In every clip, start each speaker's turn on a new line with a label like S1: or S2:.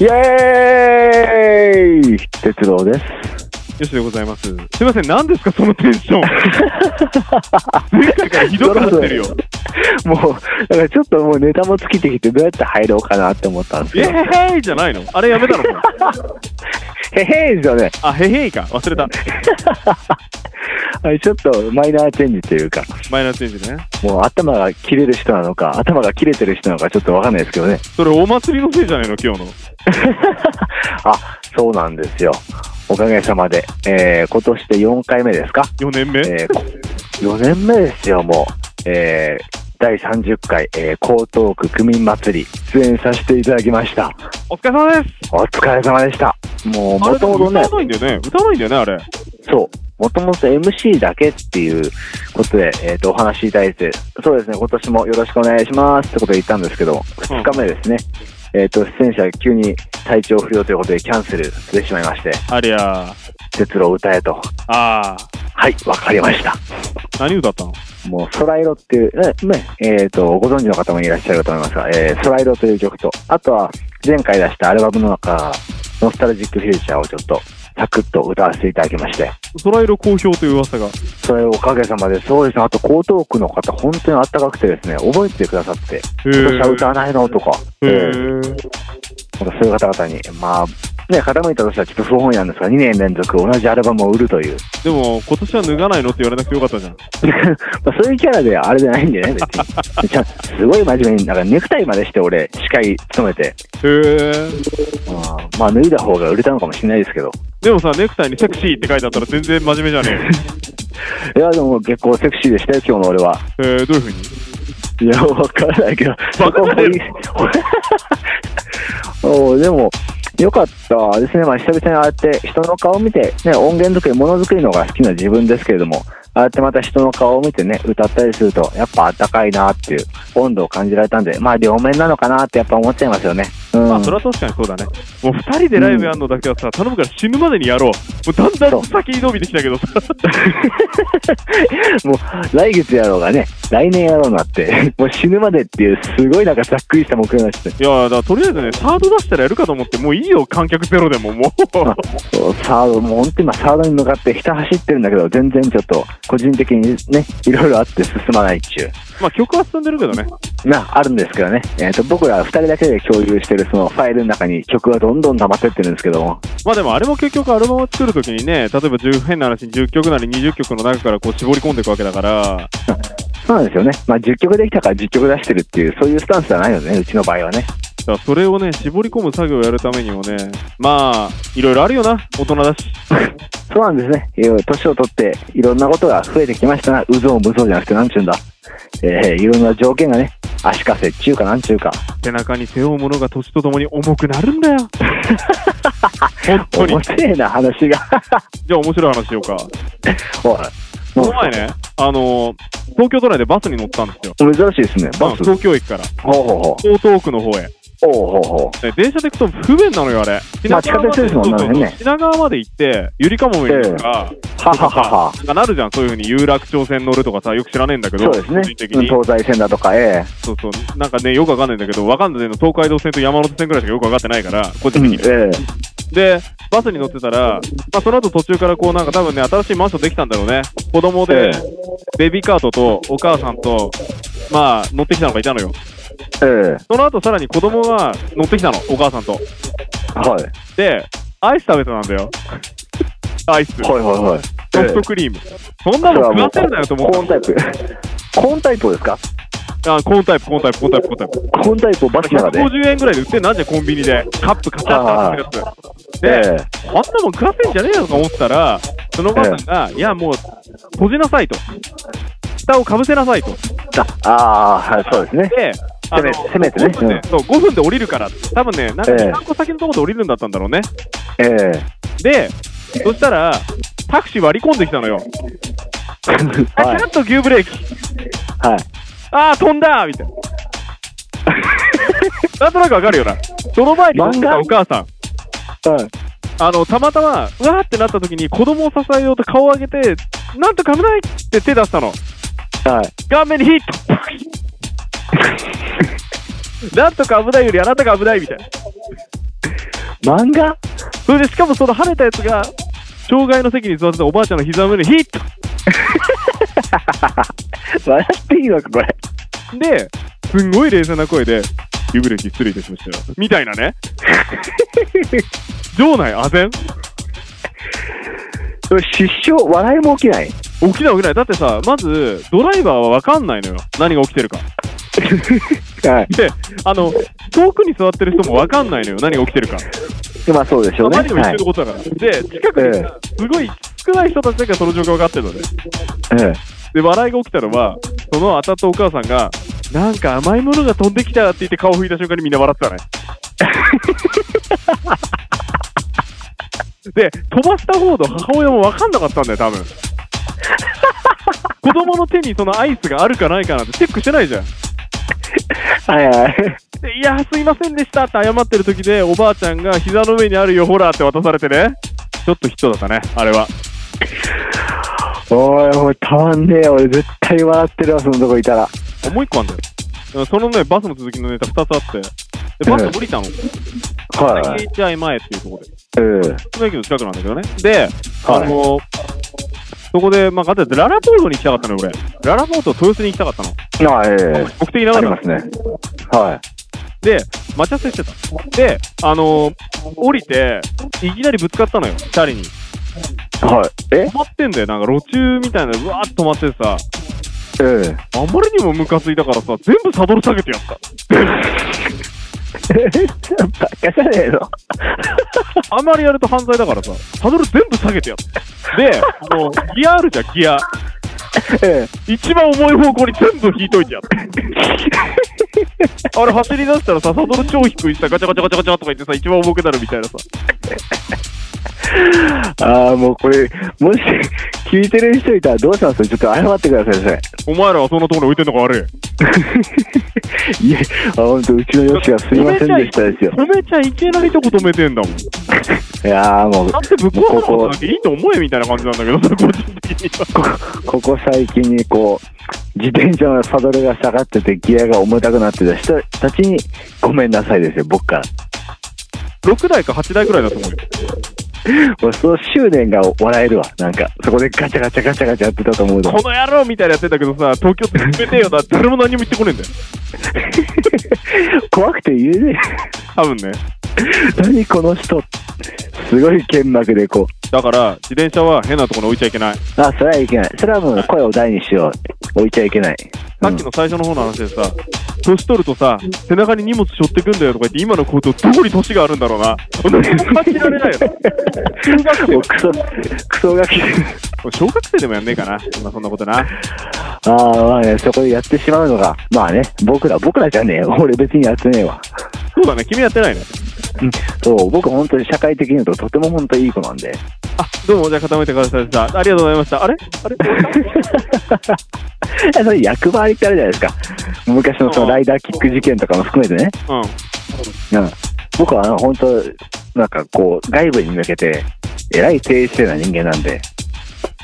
S1: イエーイ鉄道です。
S2: よしでございます。すいません、何ですか、そのテン ション。前回からひどくなってるよ。
S1: もう、だからちょっともうネタも尽きてきて、どうやって入ろうかなって思ったんです
S2: イ
S1: けど、
S2: エーイじゃないのあれやめ たのか
S1: へへーですよね。
S2: あ、へへいか。忘れた。
S1: あれちょっとマイナーチェンジというか、
S2: マイナーチェンジね。
S1: もう頭が切れる人なのか、頭が切れてる人なのかちょっとわかんないですけ どね。
S2: それお祭りのせいじゃないの、今日の。
S1: あ、そうなんですよ。おかげさまで、えー、今年で4回目ですか
S2: 4年目、
S1: えーこ4年目ですよ、もう。えー第30回、えー江東区区民祭り、出演させていただきました。
S2: お疲れ様です。
S1: お疲れ様でした。もう、
S2: あ
S1: も
S2: れで
S1: と
S2: も
S1: もと
S2: 歌
S1: ね
S2: わ、ないんだよね。歌わないんだよね、あれ。
S1: そう、もともと MC だけっていうことで、えっ、と、お話しいただいて、そうですね、今年もよろしくお願いしますってことで言ったんですけど、2日目ですね、えっ、と、出演者が急に体調不良ということでキャンセルしてしまいまして、
S2: ありゃー。
S1: 哲郎歌えと。
S2: あ
S1: はい、わかりました。
S2: ー。何歌ったの
S1: もう、空色っていう、えね、えっ、と、ご存知の方もいらっしゃると思いますが、えー、空色という曲と、あとは、前回出したアルバムの中、ノスタルジックフューチャーをちょっと、サクッと歌わせていただきまして、
S2: 空色好評という噂が。
S1: それおかげさまで、そうですね、あと、江東区の方、本当にあったかくてですね、覚えてくださって、
S2: へ
S1: 今年は歌
S2: ー。
S1: わないのとか、
S2: へ
S1: えー
S2: ー。
S1: なんかそういう方々に、まあ、ね、傾いたとしてはちょっと不本意なんですが、2年連続同じアルバムを売るという、
S2: でも、今年は脱がないのって言われなくてよかったじゃん。
S1: まあ、そういうキャラであれじゃないんでね、別に。ちゃんすごい真面目に、なんかネクタイまでして俺、司会務めて、
S2: へー。
S1: まあ、まあ、脱いだ方が売れたのかもしれないですけど、
S2: でもさ、ネクタイにセクシーって書いてあったら全然真面目じゃね
S1: いや、でも結構セクシーでしたよ、今日の俺は。
S2: えよ。えー、どういうふうに
S1: いや、わからないけど、
S2: バカじゃね
S1: そこもいい おうでも、よかったですね、まあ、久々にああやって人の顔を見て、ね、音源作り、ものづくりの方が好きな自分ですけれども、ああやってまた人の顔を見てね、歌ったりすると、やっぱあったかいなっていう温度を感じられたんで、まあ両面なのかなってやっぱ思っちゃいますよね。うん、
S2: まあ、それは確かにそうだね。もう2人でライブやるのだけはさ、頼むから死ぬまでにやろう。もうだんだん先に伸びてきたけど さ、
S1: もう来月やろうがね、来年やろうなって、もう死ぬまでっていう、すごいなんかざっくりした目標になってて、
S2: いや、だからとりあえずね、サード出したらやるかと思って、もういいよ、観客ゼロでも、も
S1: あ
S2: う。
S1: そうサード、もう本当に今、サードに向かってひた走ってるんだけど、全然ちょっと、個人的にね、いろいろあって進まないっちゅう、
S2: まあ、曲は進んでるけどね。
S1: なあるんですけどね、えーと僕ら2人だけで共有してるそのファイルの中に曲がどんどん溜まってってるんですけども、
S2: まあでも、あれも結局アルバムを作るときにね、例えば10変な話に10曲なり20曲の中からこう絞り込んでいくわけだから、
S1: そうなんですよね、まあ、10曲できたから10曲出してるっていう、そういうスタンスじゃないよね、うちの場合はね。
S2: だからそれをね、絞り込む作業をやるためにもね、まあ、いろいろあるよな、大人だし。
S1: そうなんですね。いろいろ年を取って、いろんなことが増えてきましたが、うぞうむぞうじゃなくて、なんちゅうんだ。えー、いろんな条件がね、足かせっちゅうかなんちゅうか、
S2: 背中に背負うものが年とともに重くなるんだよ。 本当に
S1: 面。白いな話が。
S2: じゃあ面白い話しようか。
S1: おい
S2: この前ね、あのー東京都内でバスに乗ったんですよ。
S1: 珍しいですね。バ
S2: うん
S1: ス。
S2: 東京駅から。
S1: ほうほうほ
S2: 江東区の方へ。
S1: う。おうほうほう。
S2: で電車で行くと不便なのよ、あれ。
S1: まあ地下鉄ですもんね
S2: そうそうそう
S1: ね
S2: 品川まで行って、ゆりかもめに行くとか、
S1: はははは。
S2: なんかなるじゃん、そういうふうに有楽町線乗るとかさ、よく知らねえんだけど、
S1: そうですね
S2: 個人。的
S1: うん
S2: に。
S1: 東西線だとか、え
S2: そうそう。なんかね、よくわかんないんだけど、わかんないの東海道線と山手線くらいしかよくわかってないから、個
S1: え
S2: 人的に。
S1: え
S2: で、バスに乗ってたら、まあ、その後途中からこうなんか多分ね、新しいマンションできたんだろうね。子供で
S1: え、
S2: ベビーカートとお母さんと、まあ、乗ってきたのがいたのよ。
S1: ええ
S2: その後さらに子供が乗ってきたの、お母さんと。
S1: えはい。
S2: で、アイス食べてたんだよ。 アイス。ソ
S1: はいはいはい。ええ
S2: フトクリーム。そんなの食わせるなよと思
S1: コ
S2: っ
S1: ーンタイプ。コーンタイプ ですか
S2: た。あ、コーンタイプ、コーンタイプ、コーンタイプ、コーンタイプ。
S1: コーンタイプをバスの中で。
S2: 150円ぐらいで売ってんなんじゃんコンビニで。カップカチャッと開けたやつ。で、
S1: え
S2: あんなもん食わせんじゃねえよとか思ってたら、そのお母さんが、いや、もう、閉じなさいと。蓋をかぶせなさいと。
S1: えああ、はい、そうですね。
S2: で、あの、
S1: せめせめてね
S2: 5分で、そう5分で降りるからって。多分ね、なんか
S1: ええ
S2: 3個先のところで降りるんだったんだろうね。
S1: ええ
S2: で、そしたら、タクシー割り込んできたのよ。あ、
S1: は
S2: ちゃんと急ブレー
S1: い。
S2: キ。
S1: はい。
S2: あー、飛んだみたい な。なんとなくわかるよな。その前に乗ってたお母さん。
S1: はい。
S2: あの、たまたま、うわーってなった時に子供を支えようと顔を上げて、なんとか危ないって手出したの。
S1: はい。
S2: 顔面にヒットパキッなんとか危ないよりあなたが危ないみたいな。
S1: 漫画
S2: それでしかもその晴れたやつが障害の席に座ってたおばあちゃんの膝の上にヒット
S1: 笑っていいのか、これ。
S2: で、すんごい冷静な声で、湯ブレーキ失礼いたしましたよ。みたい なね。場内あぜん
S1: それ失笑、笑いも起きない。
S2: 起きない起きない。だってさ、まず、ドライバーは分かんないのよ。何が起きてるか。
S1: はい。
S2: で、あの、遠くに座ってる人も分かんないのよ。何が起きてるか。
S1: まあそうでしょうね。
S2: マリオ一
S1: は
S2: 緒
S1: い
S2: の。ことだから。で、近くにさすごい少ない人たちだけがその状況分かってるのね。
S1: うん
S2: で、笑いが起きたのは、その当たったお母さんが、なんか甘いものが飛んできたって言って顔を拭いた瞬間にみんな笑ってたね。 で、飛ばした方の母親も分かんなかったんだよ、多分。子供の手にそのアイスがあるかないかなんてチェックしてないじゃん。
S1: はいはい。
S2: でいやー、すいませんでしたって謝ってる時で、おばあちゃんが膝の上にあるよ、ほらって渡されてね。ちょっとヒットだったね、あれは。
S1: おい、もうたまんねえよ。俺絶対笑ってるわ、そのとこいたら。
S2: あもう一個あんだよ。うんそのね、バスの続きのネタ2つあって、でバス降りたの。
S1: はい。
S2: HI 前っていうところで、
S1: うん。
S2: 道の駅の近くなんだけどね。で、あ
S1: はい。
S2: のそこで、まあ、かつてララポートに行きたかったのよ、俺。ララポート豊洲に行きたかったの。
S1: あ、ええ
S2: 目的なか
S1: あ
S2: っ
S1: り
S2: た
S1: ま
S2: の。
S1: すね。は
S2: で、待ち合わせしてた。で、あの降りて、いきなりぶつかったのよ、チャリに。
S1: い。はい。え
S2: 止まってんだよ、なんか路中みたいな、うわーっと止まっててさ、
S1: うん。
S2: あまりにもムカついたからさ、全部サドル下げてやった。
S1: バカじゃねえの。
S2: あんまりやると犯罪だからさ、サドル全部下げてやった。で、あのギアあるじゃん、ギア。
S1: え
S2: 一番重い方向に全部引いといてやった。あれ走り出したらさ、サドル超低いしさ、ガチャガチャガチャガチャとか言ってさ、一番重くなるみたいなさ。
S1: えああ、もうこれ、もし、聞いてる人いたらどうしますちょっと謝ってください、それ。
S2: お前らはそんなところに置いてんのか悪い。
S1: いや、あ本当うちのよしがすいませんでしたですよ。
S2: 止めちゃいけないとこ止めてんだもん。だ
S1: いやーもう、
S2: ってぶっ壊さなことなきゃいいと思えみたいな感じなんだけどさ、個人的には。
S1: ここ最近にこう、自転車のサドルが下がっててギアが重たくなってた人たちにごめんなさいですよ、僕から。
S2: 6台か8台くらいだと思うよ。
S1: 俺、その執念が笑えるわ。なんか、そこでガチャガチャガチャガチャやってたと思うと
S2: こ。の野郎みたいなやってんだけどさ、東京って冷てえよな、誰も何も言ってこねえんだよ。
S1: 怖くて言えね
S2: 多分ね。
S1: え。何この人。すごい剣幕でこ
S2: だから、自転車は変なところに置いちゃいけない。
S1: う。あ、それはいけない。それはもう声を大にしよう。置いちゃいけない。
S2: さっきの最初の方の話でさ、年取るとさ、背中に荷物背負ってくんだよとか言って、今の行動、どこに年があるんだろうな。何も感じられない よね。中学生
S1: もうクソ、クソガキ。
S2: 小学生でもやんねえかな。今そんなことな。
S1: ああ、まあね、そこでやってしまうのが、まあね、僕ら、僕らじゃねえよ。 俺別にやってねえわ。
S2: そうだね、君やってないね。
S1: そう、僕本当に社会的に言うととても本当にいい子なんで。
S2: あ、どうも、じゃあ固めてくださいでした。ありがとうございました。あれあれ
S1: それ役割ってあるじゃないですか。昔のそのライダーキック事件とかも含めてね。
S2: うん。
S1: うん、僕はあの本当、なんかこう、外部に向けて、えらい低姿勢な人間なんで、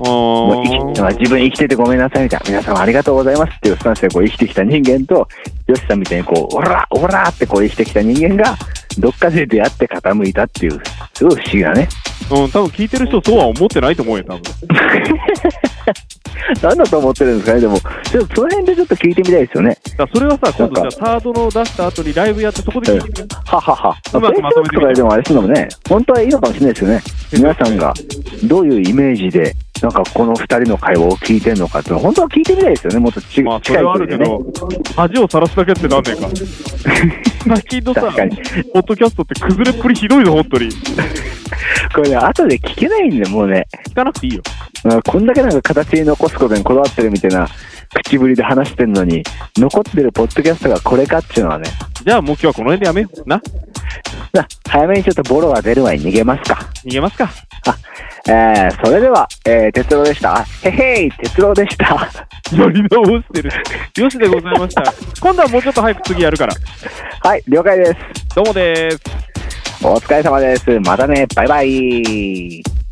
S1: もう生きまあ
S2: あー
S1: 自分生きててごめんなさいみたいな、皆様ありがとうございますっていうスタンスでこう生きてきた人間と、ヨシさんみたいにこう、オラオラってこう生きてきた人間が、どっかで出会って傾いたっていう、すごい不思議なね。
S2: うん、多分聞いてる人そうは思ってないと思うよ、多分。
S1: 何だと思ってるんですかね、でも、ちょっとその辺でちょっと聞いてみたいですよね。
S2: だからそれはさ、今度
S1: なんか
S2: じゃあサードの出した後にライブやって、そこで聞いてみる。
S1: ははは。
S2: うまくまとめてみ
S1: Facebook と
S2: た
S1: かでもあれするのもね、本当はいいのかもしれないですよね。皆さんがどういうイメージで、なんかこの二人の会話を聞いてるのかっていうの本当は聞いてみたいですよね、もっとち、
S2: まあ、そ
S1: 近い
S2: れ
S1: 距
S2: はあ
S1: 離
S2: るけ
S1: でね。
S2: ど、恥をさらすだけってなんねえか。 最近のさ
S1: 確、かに。
S2: ポッドキャストって崩れっぷりひどいぞ、本当に。
S1: これね、後で聞けないんで、もうね、
S2: 聞かなくていいよ。
S1: まあこんだけなんか形に残すことにこだわってるみたいな口ぶりで話してるのに、残ってるポッドキャストがこれかっていうのはね、
S2: じゃあもう今日はこの辺でやめよう。な、
S1: まあ早めにちょっとボロが出る前に逃げますか。
S2: 逃げますか。
S1: えー、それでは、えー、哲郎でした。あへへい、哲郎でした。
S2: やり直してる。よしでございました。今度はもうちょっと早く次やるから。
S1: はい、了解です。
S2: どうもでーす。
S1: お疲れ様です。またね、バイバイ。